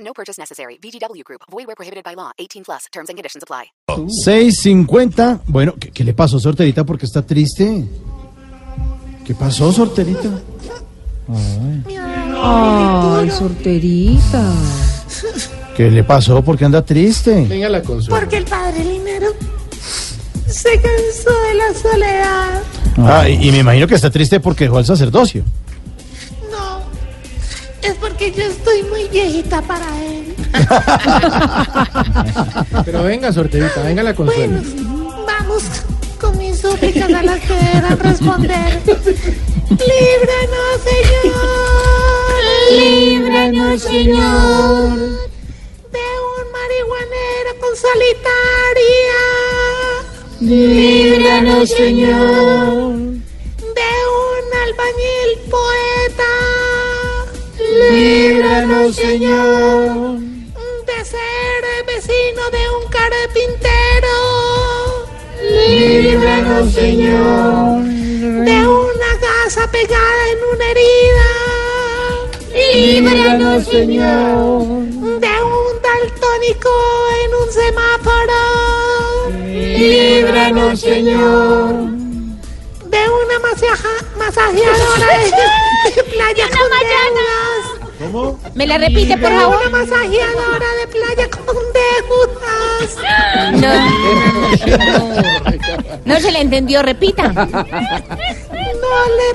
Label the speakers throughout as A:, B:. A: No purchase necessary. VGW Group. Void where prohibited by law. 18 plus. Terms and conditions apply.
B: 6.50. Bueno, ¿qué, qué le pasó, sorterita? Porque está triste. ¿Qué pasó, sorterita?
C: Ay, sorterita.
B: ¿Qué le pasó? ¿Por qué anda triste?
D: Venga la consola.
E: Porque el padre Linero se cansó de la soledad.
B: Ah, y, y me imagino que está triste porque dejó el sacerdocio.
E: No, es porque yo estoy muy viejita para él.
D: Pero venga, sorterita, venga la consola.
E: Bueno, vamos con mis súplicas a las que deberán responder. ¡Líbranos, Señor! ¡Líbranos, Señor! De un marihuanero con solitaria. ¡Líbranos, Señor! De un albañil poeta. ¡Líbranos, Señor! de ser vecino de un carpintero. Líbranos, Señor. De una gasa pegada en una herida. Líbranos, Señor. De un daltónico en un semáforo. Líbranos, Señor. De una masaja- masajeadora de, de playa con deudas.
C: ¿Me la repite, por
E: Pero
C: favor?
E: una masajeadora de playa con deudas.
C: No se la entendió, repita.
E: No le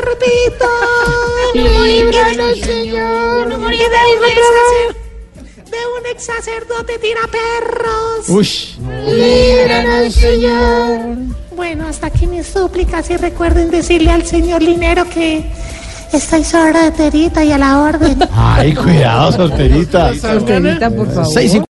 E: repito. Líbranos, Señor. De un, exsacer- de un ex sacerdote tira perros.
B: Uy,
E: Líbranos, Señor. Bueno, hasta aquí mis súplicas y recuerden decirle al señor Linero que estoy sorda de terita y a la orden.
B: ay, cuidado, sorterita.
C: Sorterita, por favor.
B: 6.50.